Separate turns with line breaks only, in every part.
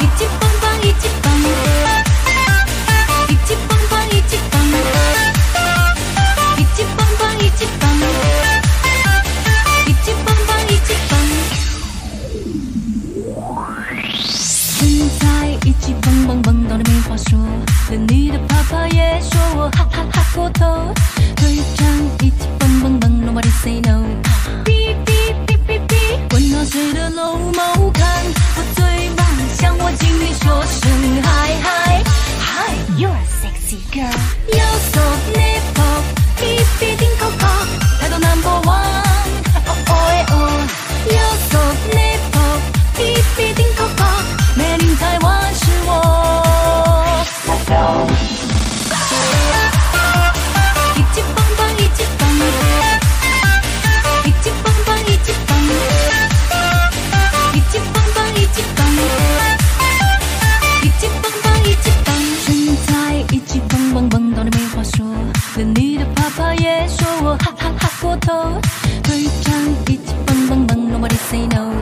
一级棒棒一级棒，一级棒棒一级棒，一级棒棒一级棒，一级棒棒一级棒。现在一级棒棒棒到你没话说，连你的爸爸也说我哈哈哈过头。队长一级棒棒棒，Nobody say no。哔哔哔哔哔，管他谁的老毛看，我最棒，向我经理说声嗨嗨嗨，You're a sexy girl。右手 nipple，哔哔叮扣扣，态度 number one，哦哦耶哦。右手 nipple，哔哔叮扣扣，美丽台湾是我。一级棒棒一级棒，一级棒棒一级棒，一级棒棒一级棒，一级棒棒一级棒，身材一级棒棒棒到你没话说，连你的爸爸也说我哈哈哈过头，队长一级棒棒棒，Nobody say no。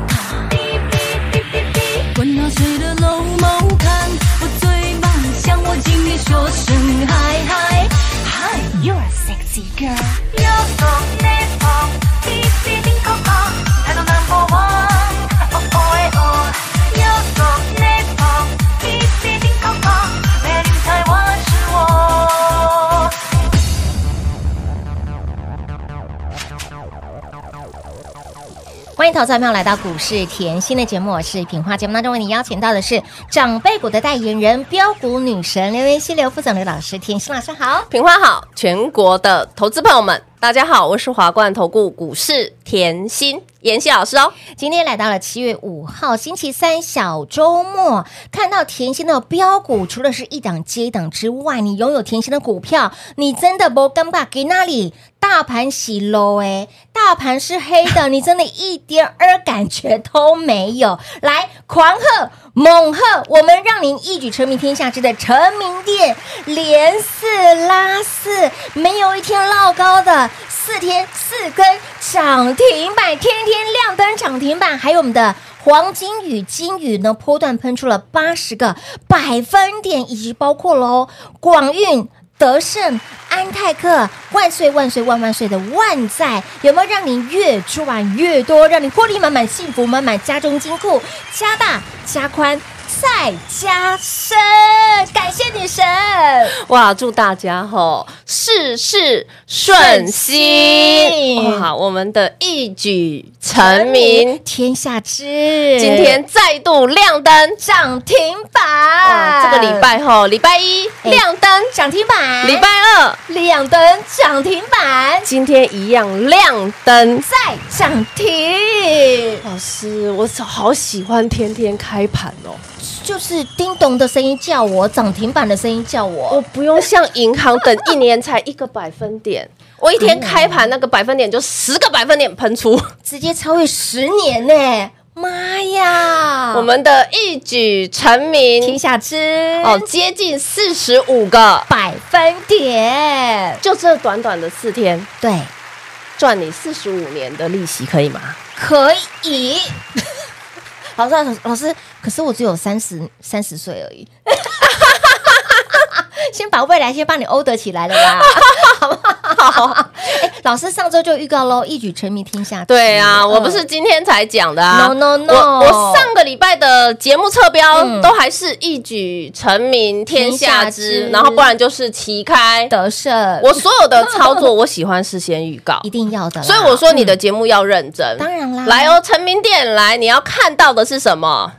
管他谁的老毛看，我最棒，向我经理说声嗨嗨嗨，You're a sexy girl。右手 nipple，哔哔叮扣扣，态度 number one，哦哦耶哦。右手 nipple，哔哔叮扣扣，美丽台湾是我。
欢迎投资朋友来到股市甜心的节目，我是品花。节目当中为你邀请到的是长辈股的代言人标股女神刘妍希刘副总刘老师，甜心老师好。
平花好，全国的投资朋友们，大家好，我是华冠投顾股市甜心妍希老师哦。
今天来到了七月五号星期三小周末，看到甜心的标股，除了是一档接一档之外，你拥有甜心的股票，你真的不尴尬给那里？大盘洗 low 哎，大盘是黑的，你真的一点儿感觉都没有。来，狂贺猛贺，我们让您一举成名天下知的成名店，连四拉四，没有一天落高的，四天四根涨停板，天天亮灯涨停板，还有我们的。黄金与金宇呢，波段喷出了八十个百分点，以及包括喽广运、德胜、安泰克，万岁万岁万万岁的万载，有没有让你越赚越多，让你获利满满、幸福满满，家中金库加大、加宽、再加深？感谢女神，
哇，祝大家吼、事事顺心！
顺心
哇，我们的一举成名，
天下知，
今天再度亮灯。
涨停板，
哇，这个礼拜吼、礼拜一
哎
亮灯，
涨停板，
礼拜二
两等涨停板，
今天一样亮灯。
再涨停。
老师，我好喜欢天天开盘哦。
就是叮咚的声音叫我，涨停板的声音叫我。
我哦不用像银行等一年才一个百分点，我一天开盘那个百分点就十个百分点喷出，
直接超越十年呢、妈呀！
我们的一举成
天
名
下之
哦，接近四十五个，
百分点，
就这短短的四天，
对，
赚你四十五年的利息，可以吗？
可以。 老师，老师老师，可是我只有三十三十岁而已。 先把未来先帮你欧得起来 了啦，好不好？哎、老师上周就预告喽，一举成名天下知。
对啊，
嗯
我不是今天才讲的啊
No, no, no
我我上个礼拜的节目侧标
嗯
都还是一举成名天下
天下
知
知，
然后不然就是旗开。
得胜，
我所有的操作，我喜欢事先预告
一。定要的啦。嗯
所以我说你的节目要认真，哦
当然啦
来哦，成名店来，你要看到的是什么？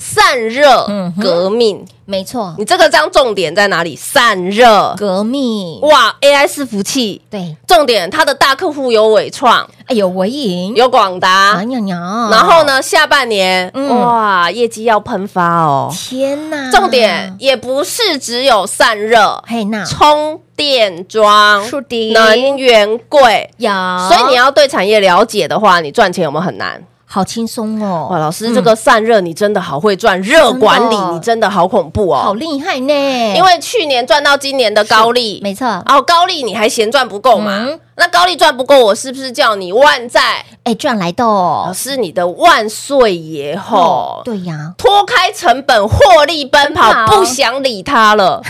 散热
嗯哼
革命。
没错，
你这个章重点在哪里？散热
革命，
哇，AI 伺服器，
对，
重点它的大客户有伟创，
哎呦，我赢，
有广
啊
达，
鸟鸟，
然后？呢，下半年
嗯
哇，业绩要喷发哦。
天啊哪！
重点，也不是只有散热、
嘿那
充电桩、
是的
能源柜，
有，
所以你要对产业了解的话，你赚钱有没有很难？
好轻松哦，
哇，老师，
嗯
这个散热你真的好会赚，热管理你真的好恐怖
好
哦。
厉害呢，
因为去年赚到今年的高利，
没错，
哦，高利你还嫌赚不够嘛？
嗯
那高利赚不够，我是不是叫你万载？
哎，赚来的
老
哦，
师，你的万岁爷吼，
对呀，
脱开成本，获利奔
奔
跑，
跑
不想理他了。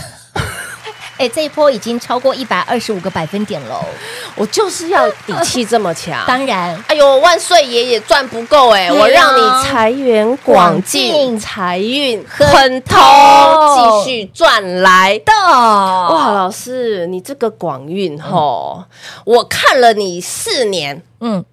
哎，这一波已经超过一百二十五个百分点喽。
我就是要底气这么强。
当然，
哎呦，万岁爷也赚不够哎、
对啊
我让你财源广
广
进，
进
财运
亨
亨
通
通，继续赚来。
的
哇，老师，你这个广运吼，嗯我看了你四年，
嗯，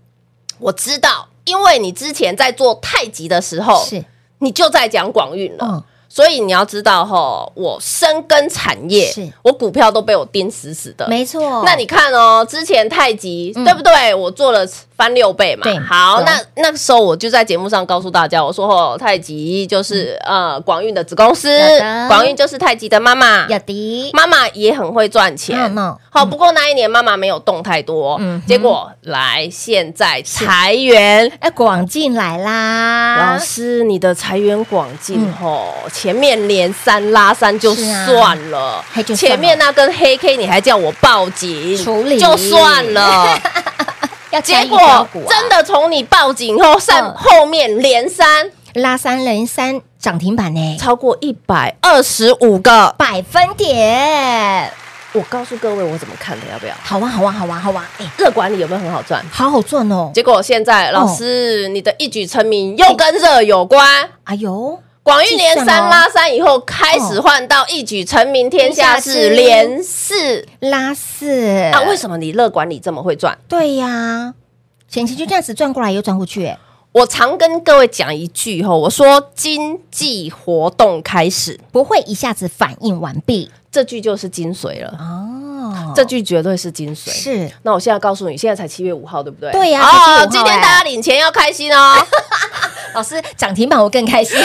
我知道，因为你之前在做太极的时候，
是，
你就在讲广运了。
嗯，
所以你要知道吼，我深耕产业
是，
我股票都被我盯死死的，
没错。
那你看哦，之前太极、
嗯
对不对？我做了翻六倍嘛
对。
好，
有
那那个时候我就在节目上告诉大家，我说哦，太极就是、呃广运的子公司
嗯有的，
广运就是太极的妈妈。
雅迪，
妈妈也很会赚钱
嗯嗯，
好、不过那一年妈妈没有动太多，
嗯哼
结果来现在裁员，
哎，广进来啦
老，师，你的财源广进
嗯
吼，前面连三拉三就嗯算了
还，就算了
前面那根黑 K 你还叫我报警
处理
就算 了，
要
结
加一标
果
股啊
真的从你报警后上
嗯
后面连三
拉三连三涨停板呢，
超过一百二十五个，
百分点，
我告诉各位我怎么看的，要不要？
好啊，好啊，好啊，好啊，哎，
热管理有没有很好赚？哦
好好赚哦。
结果现在老师，你的一举成名又跟热有关。
哎呦，
广运连
计算哦
三拉三以后，开始换到一举成名天下
天下
事
事
连四
拉四
啊！为什么你乐管理这么会赚？
对呀，前期就这样子转过来又转过去，哎
我常跟各位讲一句吼，我说经济活动开始，
不会一下子反应完毕
这句就是精髓了，
哦。
这句绝对是精髓。
是
那我现在告诉你，现在才七月五号，对不对？
对呀才7月5号哎
哦，今天大家领钱要开心哦。
老师涨停板，我更开 心。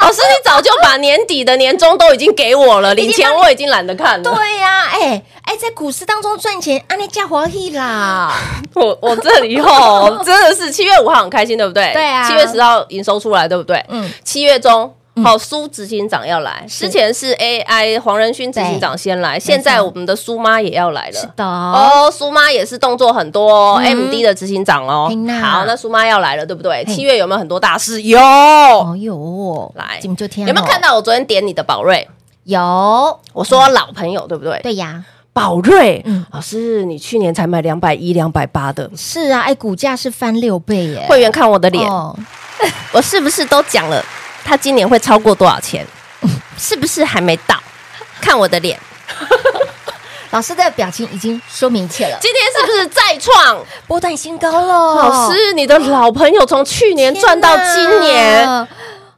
老师，你早就把年底的年终都已经给我了，领钱我已经懒得看了。
对呀、哎哎，在股市当中赚钱，安利加华裔啦，
我我这里 吼，真的是七月五号很开心，对不对？
对啊
七月十号营收出来，对不对？
嗯
嗯，七月中。好，苏执行长要来，之前是 AI 黄仁勋执行长先来，现在我们的苏妈也要来
是
了。
的，哦、
哦，苏妈也是动作很多哦
嗯
，MD 的执行长哦。
嘿呐
好，那苏妈要来了，对不对？
嘿
七月有没有很多大事？有，
哦哟，
来
你们就听，
有没有看？到我昨天点你的宝瑞？
有，
我说老朋友，对不对？
嗯对呀，
宝瑞
嗯，
老师，你去年才买两百一、两百八的，
是啊，哎，股价是翻六倍耶，
会员看我的脸，
哦，
我是不是都讲了，它今年会超过多少钱？ 是不是还没到？看我的脸，
老师的表情已经说明一切了，
今天是不是再创？
波段新高喽，
老师，你的老朋友从去年
天哪
赚到今年，，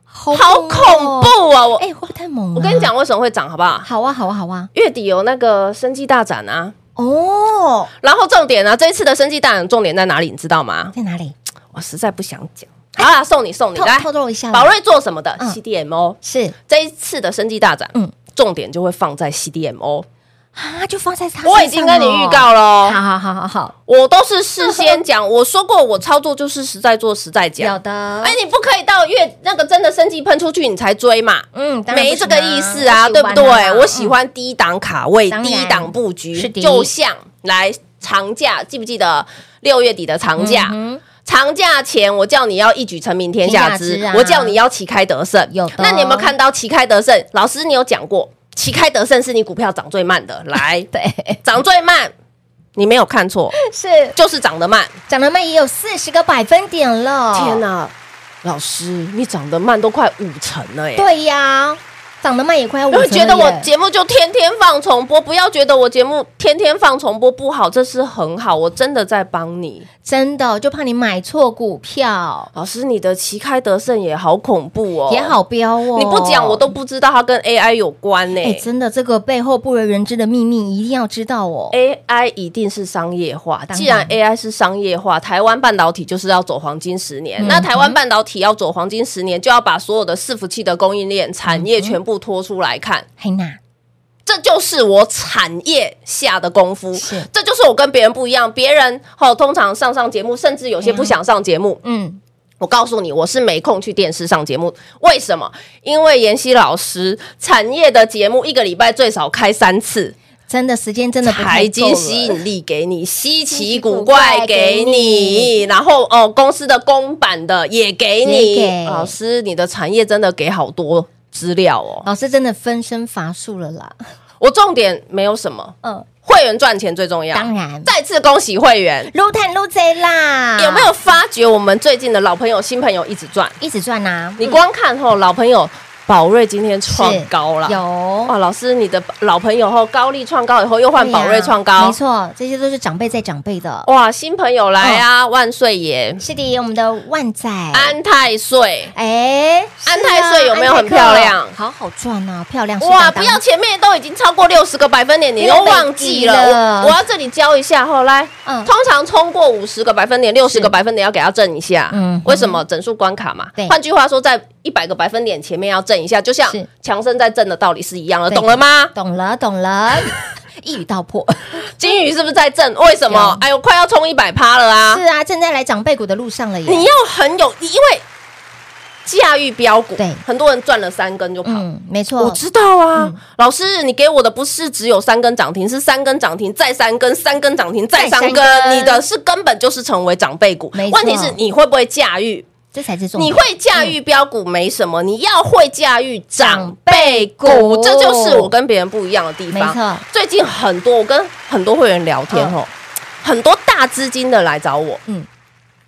好
好
猛
恐
哦，
怖啊！我
哎，会不会太猛了？
我跟你，讲，为什么会涨，好不好？
好啊，好啊，好啊，
月底有那个生技大展啊，
哦，
然后重点呢、啊，这一次的生技大展重点在哪里？你知道吗？
在哪里？
我实在不想讲。好啦，送你送你
透
来
透，露一下吧，
宝瑞做什么的
嗯
？CDMO，
是
这一次的生技大展，
嗯
嗯，重点就会放在 CDMO。
啊，就放在他，
我已经跟你预，告了哦，
好好好好好。
我都是事先 讲，我说过我操作就是实在做实在
有
讲。
的，
哎，你不可以到月那个真的升级喷出去你才追嘛，
嗯，当然
没
不
这
行
个意思啊，
我喜
对不
欢
对
啊？
我喜欢低档卡位、
当然
低档布局
是，的
就像来长假，记不记得六月底的长假？
嗯
长假前，我叫你要一举成名天下
天
知
下知啊，
我叫你要旗开得胜。
有的
那你有没有看到旗开得胜？老师，你有讲过，旗开得胜是你股票涨最慢的，来
对，
涨最慢，你没有看错，
是
就是涨得慢。
涨得慢也有四十个百分点了，
天！哪，老师，你涨得慢都快五成了耶！
对呀，涨得慢也快要五
因为
成
觉得我
了耶
节目就天天放重播，不要觉得我节目天天放重播不好，这是很好，我真的在帮你。
真的就怕你买错股票，
老师，你的旗开得胜也好恐怖哦，
也好标哦。
你不讲我都不知道它跟 AI 有关呢、
哎，真的这个背后不为人知的秘密一定要知道
哎
哦。
AI 一定是商业化，
当然
既然 AI 是商业化，台湾半导体就是要走黄金十年。
嗯
那台湾半导体要走黄金十年，就要把所有的伺服器的供应链、产
嗯
业全部拖出来看。
嘿娜，
这就是我产业下的功夫
是，
这就是我跟别人不一样。别人哦，通常上上节目，甚至有些不想上节目。
嗯，
我告诉你，我是没空去电视上节目。为什么？因为妍希老师产业的节目一个礼拜最少开三次，
真的时间真的不太
财经
够
吸
了
引力给你，稀奇
奇
古
古
怪
怪
给
给
你，
你
然后哦，公司的公版的也给
也
你。
给
老师，你的产业真的给好多资料哦。
老师真的分身乏术了啦。
我重点没有什么，
嗯，
会员赚钱最重要。
当然
再次恭喜会员，
撸探撸贼啦，
有没有发觉我们最近的老朋友、新朋友一直赚？
一直赚呐？
你光看吼，老朋友宝瑞今天创
嗯是
高了，
有
哇！老师，你的老朋友后高丽创高以后，又换宝瑞创
哎对呀
高，
没错，这些都是长辈在长辈的。
哇！新朋友来啊，万岁爷、
哦是的，我们的万载
安太岁，
哎，
安
是啊
泰岁有没有很漂亮
安泰克好好赚啊，漂亮
哇！不要前面都已经超过六十个百分点，你都忘记了。
不要北极了
我我要这里教一下，后来，
嗯
通常冲过五十个百分点、六十个百分点要给它震一下，
嗯
为什么整数关卡嘛
对？
换句话说，在一百个百分点前面要震一下，就像
是
强生在震的道理是一样的，
对
懂了吗？
懂了懂 了，一语道破。
金鱼是不是在震？为什么
有？
哎呦，快要冲一百趴了啊！
是啊，正在来长辈股的路上了
你
耶。
要很有，因为驾驭标股，
对
很多人赚了三根就跑。
嗯，没
我
错，
知道啊，老师，你给我的不是只有三根涨停，是三根涨停，再三根，三根涨停，再三根。
再三根
你的是根本就是成为长辈股，
没错
问题是你会不会驾驭？
这才是重
你
点。
会驾驭标股没什么，你要会驾驭长辈
长辈
股，
嗯股
这就是我跟别人不一样的地
没
方。
错，
最近很多我跟很多会员聊天吼，很多大资金的来找我，
嗯
嗯，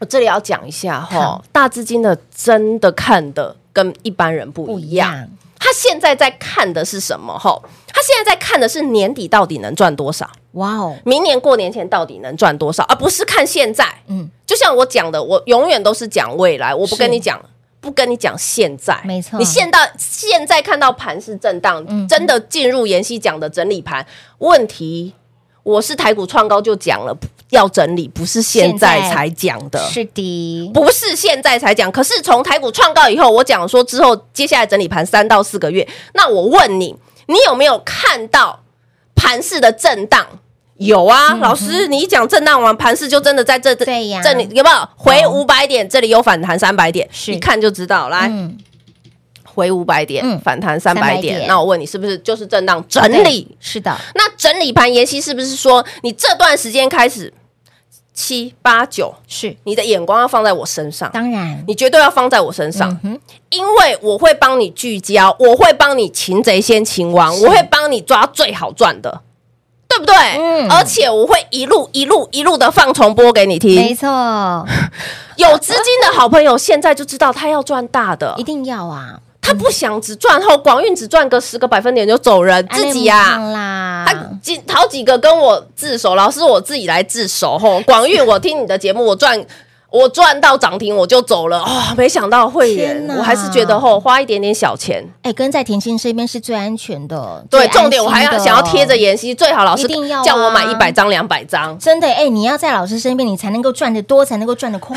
我这里要讲一下哈
好，
大资金的真的看的跟一般人不
不
一
一
样。
样。
他现在在看的是什么？吼，他现在在看的是年底到底能赚多少，
哇哦，
明年过年前到底能赚多少，而啊不是看现在。
嗯，
就像我讲的，我永远都是讲未来，我不
是
跟你讲，不跟你讲现在。
嗯没错
你现到现在看到盘是震荡，
嗯
真的进入妍希讲的整理盘。问题我是台股创高就讲了，不要整理，不是现在
现在
才讲的。
是的，
不是现在才讲，可是从台股创高以后，我讲说之后接下来整理盘三到四个月，那我问你，你有没有看到盘势的震荡？有啊，
嗯
老师，你一讲震荡完，盘势就真的在这
对呀
这里有没有回五百点？这里有反弹三百点，
是
一看就知道。来、
嗯，
回五百点，
嗯
反弹三百
300
点，
点
那我问你，是不是就是震荡整理
对？是的，
那整理盘，妍希是不是说你这段时间开始七八九
是
你的眼光要放在我身上？
当然。
你绝对要放在我身上，
嗯哼，
因为我会帮你聚焦，我会帮你擒贼先擒王，我会帮你抓最好赚的，对不对？
嗯
而且我会一路一路一路的放重播给你
没
听。
错，
有资金的好朋友现在就知道他要赚大的
一，定要啊，
他不想只赚后广运只赚个十个百分点就走人， 自己
安
呀、
内不
啊。
胖啦
他，几好几个跟我自首，老师我自己来自首 吼。广运，我听你的节目，我赚我赚到涨停我就走了哦，没想到会员
天，哪
我还是觉得吼花一点点小钱，
哎，跟在甜心身边是最安全的，
对，
最
重点我还要
安心的
想要贴着，妍希，最好老师
一定要啊
叫我买一百张、两百张。
真的哎，你要在老师身边，你才能够赚得多，才能够赚得快，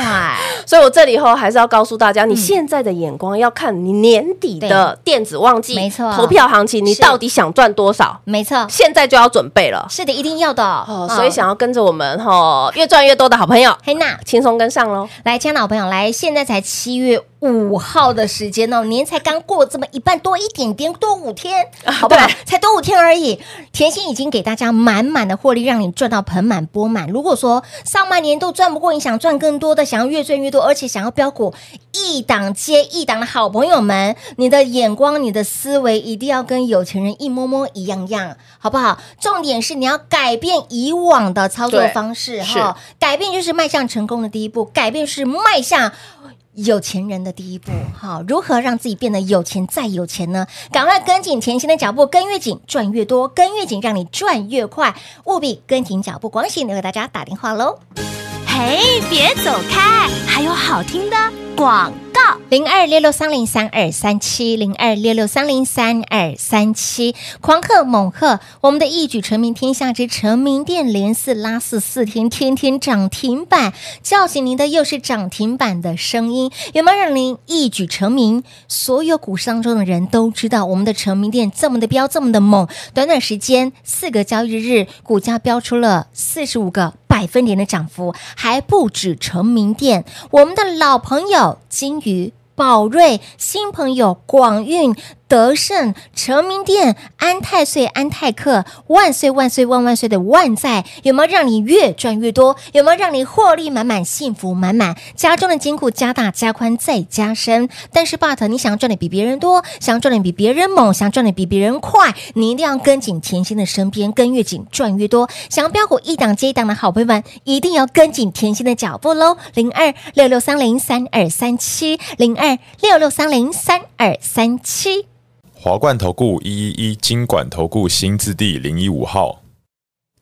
所以我这里以后还是要告诉大家，
嗯
你现在的眼光要看你年底的电子旺季，
没错啊
投票行情你
是
到底想赚多少，
没错，
现在就要准备了。
是的，一定要的
哦，所以想要跟着我们吼，越赚越多的好朋友，
黑娜，
轻松跟上喽。
来，亲爱的好朋友，来，现在才七月五号的时间哦，年才刚过这么一半多一点点，多五天，好不好
啊对？
才多五天而已。甜心已经给大家满满的获利，让你赚到盆满钵满。如果说上半年度赚不过，你想赚更多的，想要越赚越多，而且想要标股一档接一档的好朋友们，你的眼光、你的思维一定要跟有钱人一摸摸一样样，好不好？重点是你要改变以往的操作
对
方式
是
哈。改变就是迈向成功的第一步，改变是迈向。有钱人的第一步，好，如何让自己变得有钱再有钱呢？赶快跟紧甜心的脚步，跟越紧赚越多，跟越紧让你赚越快，务必跟紧脚步。广喜留给大家打电话喽。
嘿，别走开，还有好听的广告。
零二六六三零三二三七，零二六六三零三二三七，狂贺猛贺！我们的一举成名天下之成名店连四拉四，四天天天涨停板，叫醒您的又是涨停板的声音，有没有让您一举成名？所有股市当中的人都知道，我们的成名店这么的彪，这么的猛，短短时间四个交易日，股价飙出了四十五个百分点的涨幅，还不止成名店，我们的老朋友金鱼。宝瑞、新朋友、广运、德胜、成名店、安泰岁、安泰克、万岁万岁万万岁的万在，有没有让你越赚越多？有没有让你获利满满、幸福满满？家中的金库加大、加宽再加深。但是，but 你想要赚的比别人多，想要赚的比别人猛，想要赚的比别人快，你一定要跟紧甜心的身边，跟越紧赚越多。想要标股一档接一档的好朋友们，一定要跟紧甜心的脚步喽！零二六六三零三二三七零二六六三零三二三七。
华冠投顾一一一金管投顾新字第零一五号，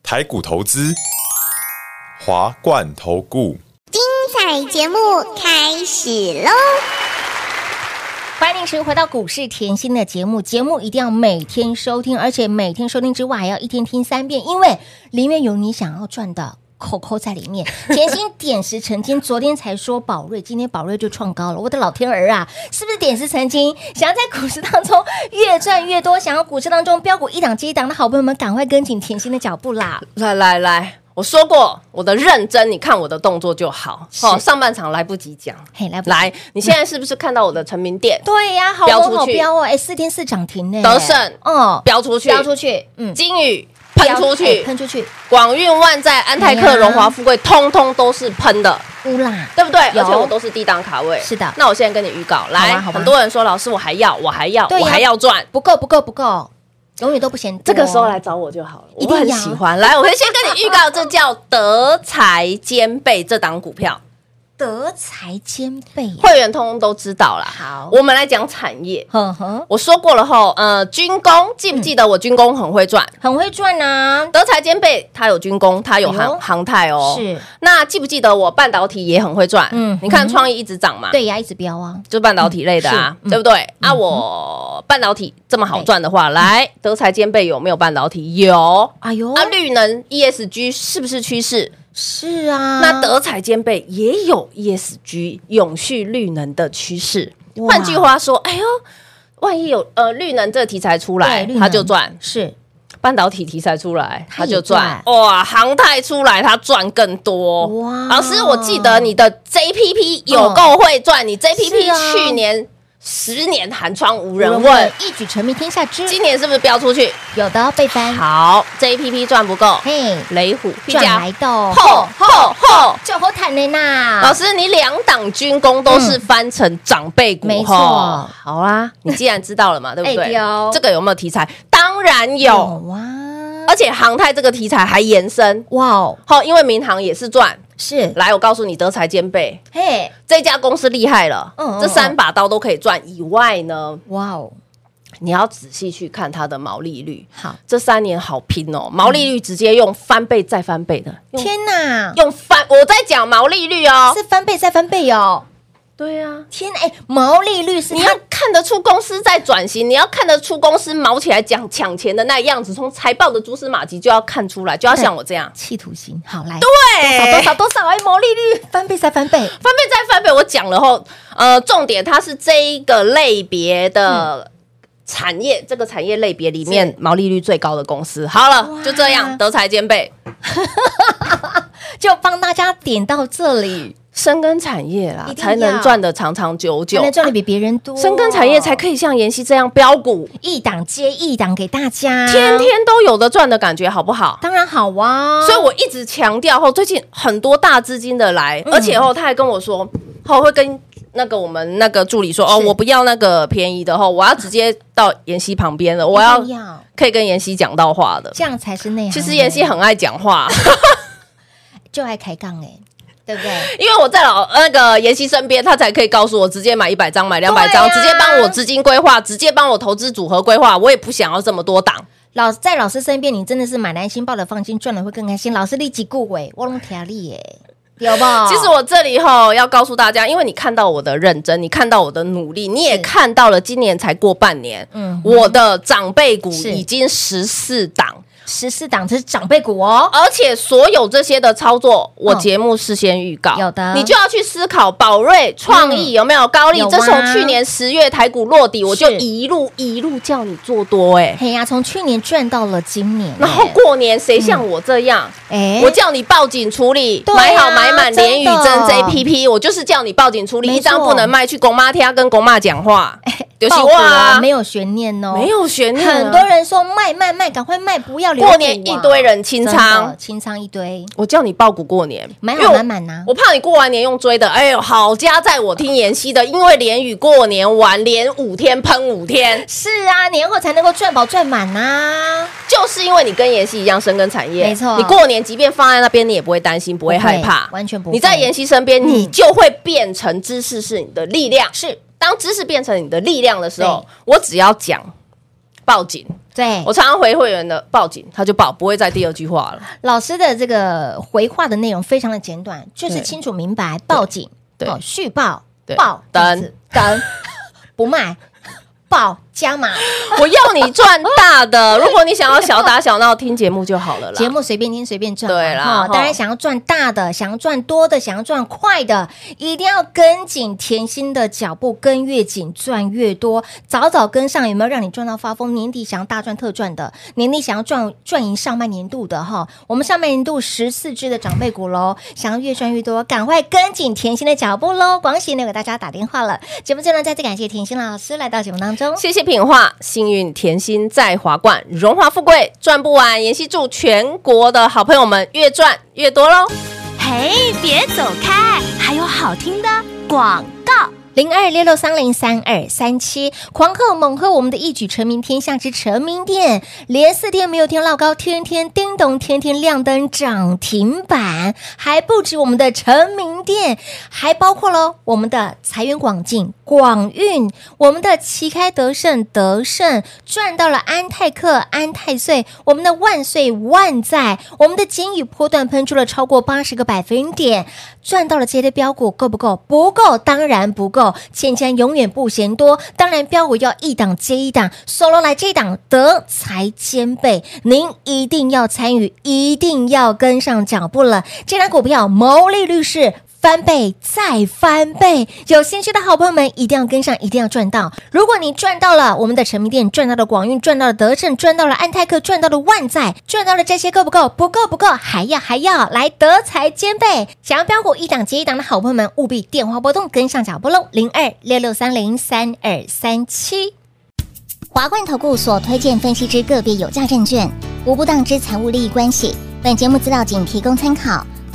台股投资，华冠投顾。
彩节目开始喽！
欢迎持续回到股市甜心的节目，节目一定要每天收听，而且每天收听之外，还要一天听三遍，因为里面有你想要赚的。扣扣在 里面，甜心点石成金。昨天才说宝瑞，今天宝瑞就创高了，我的老天儿啊！是不是点石成金？想要在股市当中越赚越多，想要股市当中标股一档接一档的好朋友们，赶快跟紧甜心的脚 步啦！
来来来，我说过我的认真，你看我的动作就好。哦，上半场来不及讲，
嘿，来不
来，你现在是不是看到我的成名店
对呀、好
飙
多
出
好
去
标哦！哎，四天四涨 停呢，
德胜
哦，
飙出去？
飙出去，嗯，
金宇喷出
哎
去，
喷出去，
广运万载、安泰
哎呀
克、荣华富贵，通通都是喷的，
乌啦，
对不对？
有
而且我都是低档卡位。
是的
那我现在跟你预告，来，
好啊
很多人说老师我还要，我还要，
对呀
我还要赚。
不够，不够，不够，永远都不嫌多
这个时候来找我就好了，
一
我
定
会很
要
喜欢。来，我会先跟你预告，这叫德才兼备这档股票，
德才兼备啊呀，
会员通通都知道啦。
好
我们来讲产业。
呵呵，
我说过了吼，呃，军工记不记得我军工很会赚？
很会赚啊呐、
德才兼备，它有军工，它有
哎呦
航航太哦。
是。
那记不记得我半导体也很会赚？
嗯
嗯，你看创意一直涨嘛，，
对呀，一直飙啊，
就是半导体类的啊，
嗯是嗯
对不对？啊，我半导体这么好赚的话，来德才兼备有没有半导体？有。
哎呦，
啊，绿能 ESG 是不是趋势？
是啊，
那德才兼备也有 ESG 永续绿能的趋势。
哇
换句话说，哎呦，万一有呃绿能这个题材出来
对绿，
它
能
就赚；
是
半导体题材出来，
它
它
也
就赚。哇，航太出来，它赚更多。
哇
老师，我记得你的 JPP 有够会赚，你
是啊
JPP 去年十年寒窗无人
人
问
问，一举成名天下知，
今年是不是飙出去？
有的被翻，
好，JPP 赚不够，
嘿，
雷虎
赚来的哦
吼吼吼！
就好坦的呐，
老师，你两档军工都是翻成长辈股，
没错
吼好啊，你既然知道 了嘛，对不
哎
对
对哦？
这个有没有题材？当然有，
有啊，
而且航太这个题材还延伸。
哇哦，
好，因为民航也是赚。
是，
来，我告诉你，德才兼备，
嘿，
这家公司厉害了。
嗯嗯
这三把刀都可以赚以外呢，
哇哦，
你要仔细去看它的毛利率。
好，
这三年好拼哦，毛利率直接用翻倍再翻倍的，用
天哪，
用翻，我在讲毛利率哦。
是翻倍再翻倍哦，
对啊，
天哎，毛利率是
你
它
要看得出公司在转型，你要看得出公司毛起来讲抢钱的那样子，从财报的蛛丝马迹就要看出来，就要像我这样。
企图心，好来，
对
多少多少哎，毛利率翻倍再翻倍，
翻倍再翻倍，我讲了后，呃，重点它是这一个类别的产业，这个产业类别里面毛利率最高的公司。好
哇
了，就这样，德才兼备，
就帮大家点到这里，
深耕产业啦
一，定要
才能赚得长长久久
才。能赚的比别人多，
深耕产业才可以像妍希这样标股，
一档接一档给大家，
天天都有的赚的感觉，好不好？
当然好啊，
所以我一直强调后，最近很多大资金的来，
嗯
而且后他还跟我说，后会跟那个我们那个助理说，哦，
是
我不要那个便宜的，后我要直接到妍希旁边的，我
一
要
定要
可以跟妍希讲到话的。
这样才是内行人。
其实妍希很爱讲话，
就爱开杠哎、对不对？
因为我在老那个妍希身边，他才可以告诉我直接买一百张，买两百张，
对啊
直接帮我资金规划，直接帮我投资组合规划。我也不想要这么多档，
老在老师身边，你真的是买了安心，抱了放心，赚了会更开心。老师立即顾伟，我拢条例耶，有不？
其实我这里哈要告诉大家，因为你看到我的认真，你看到我的努力，你也看到了今年才过半年，
嗯
我的长辈股
是
已经十四档，
十四档这是长辈股哦，
而且所有这些的操作，我
嗯
节目事先预告，
有的
你就要去思考宝瑞、创意有没有高丽
有啊，
这是我去年十月台股落底，我就是一路一路叫你做多哎。
嘿呀，从去年赚到了今年耶，
然后过年谁像我这样？
哎
我叫你报警处理，
对啊
买好买满
真的
连雨珍 JPP，我就是叫你报警处理，
没错
一张不能卖，去公妈听跟公妈讲话，就是
爆股啊，
哇，
没有悬念哦，
没。有悬念啊，
很多人说卖卖卖，赶快卖，不要留、啊
过年一堆人清
真的
仓，
清仓一堆，
我叫你报股过年，
买
因为
好
我
满啊满呐、
我怕你过完年用追的，哎呦，好家在我听妍希的，因为连雨过年完连五天喷五天，
是啊，年后才能够赚饱赚满啊呐、
就是因为你跟妍希一样深耕产业，
没错
你过年即便放在那边，你也不会担心，不会
不会
害怕，
完全不会嗯
你在妍希身边，你就会变成知识是你的力量。是，当知识变成你的力量的时候，我只要讲报警，
对
我，常常回会员的报警，他就报，不会再第二句话了。
老师的这个回话的内容非常的简短，就是
对
清楚明白，报警，
对
哦，续报，
对
报
等
这样子等， 不卖，报加码，
我要你赚大 的，如果你想要小打小闹，听节目就好了啦。
节目随便听随便赚嘛，
对啦
哈
哈
当然想要赚大的，想要赚多的，想要赚快的，一定要跟紧甜心的脚步，跟越紧赚越多，早早跟上，有没有让你赚到发疯？年底想要大赚特赚的，年底想要赚赚赢上半年度的哈，我们上半年度十四只的长辈股喽，想要越赚越多，赶快跟紧甜心的脚步喽！广喜呢给大家打电话了，节目最后呢再次感谢甜心老师来到节目当中，
谢谢品画，幸运甜心在华冠，荣华富贵赚不完。妍希祝全国的好朋友们越赚越多喽！
嘿，别走开，还有好听的广告。
零二六六三零三二三七，狂贺猛贺我们的一举成名天下之成名店，连四天没有天落高，天天叮咚，天天亮灯涨停板，还不止我们的成名店，还包括喽我们的财源广进、广运，我们的旗开得胜、得胜，赚到了安泰克、安泰岁，我们的万岁万载，我们的金宇波段喷出了超过八十个百分点，赚到了这些标股够不够？不够，当然不够，钱钱永远不嫌多。当然，标股要一档接一档，solo 来这一档德才兼备，您一定要参与，一定要跟上脚步了。这档股票毛利率是。翻倍再翻倍，有兴趣的好朋友们一定要跟上，一定要赚到。如果你赚到了我们的成名店，赚到了广运，赚到了德胜，赚到了安泰克，赚到了万载，赚到了这些够不够？不够不够，还要还要来德才兼备。想要标股一档接一档的好朋友们，务必电话拨动跟上脚步喽，零二六六三零三二三七。
华冠投顾所推荐分析之个别有价证券，无不当之财务利益关系。本节目资料仅提供参考，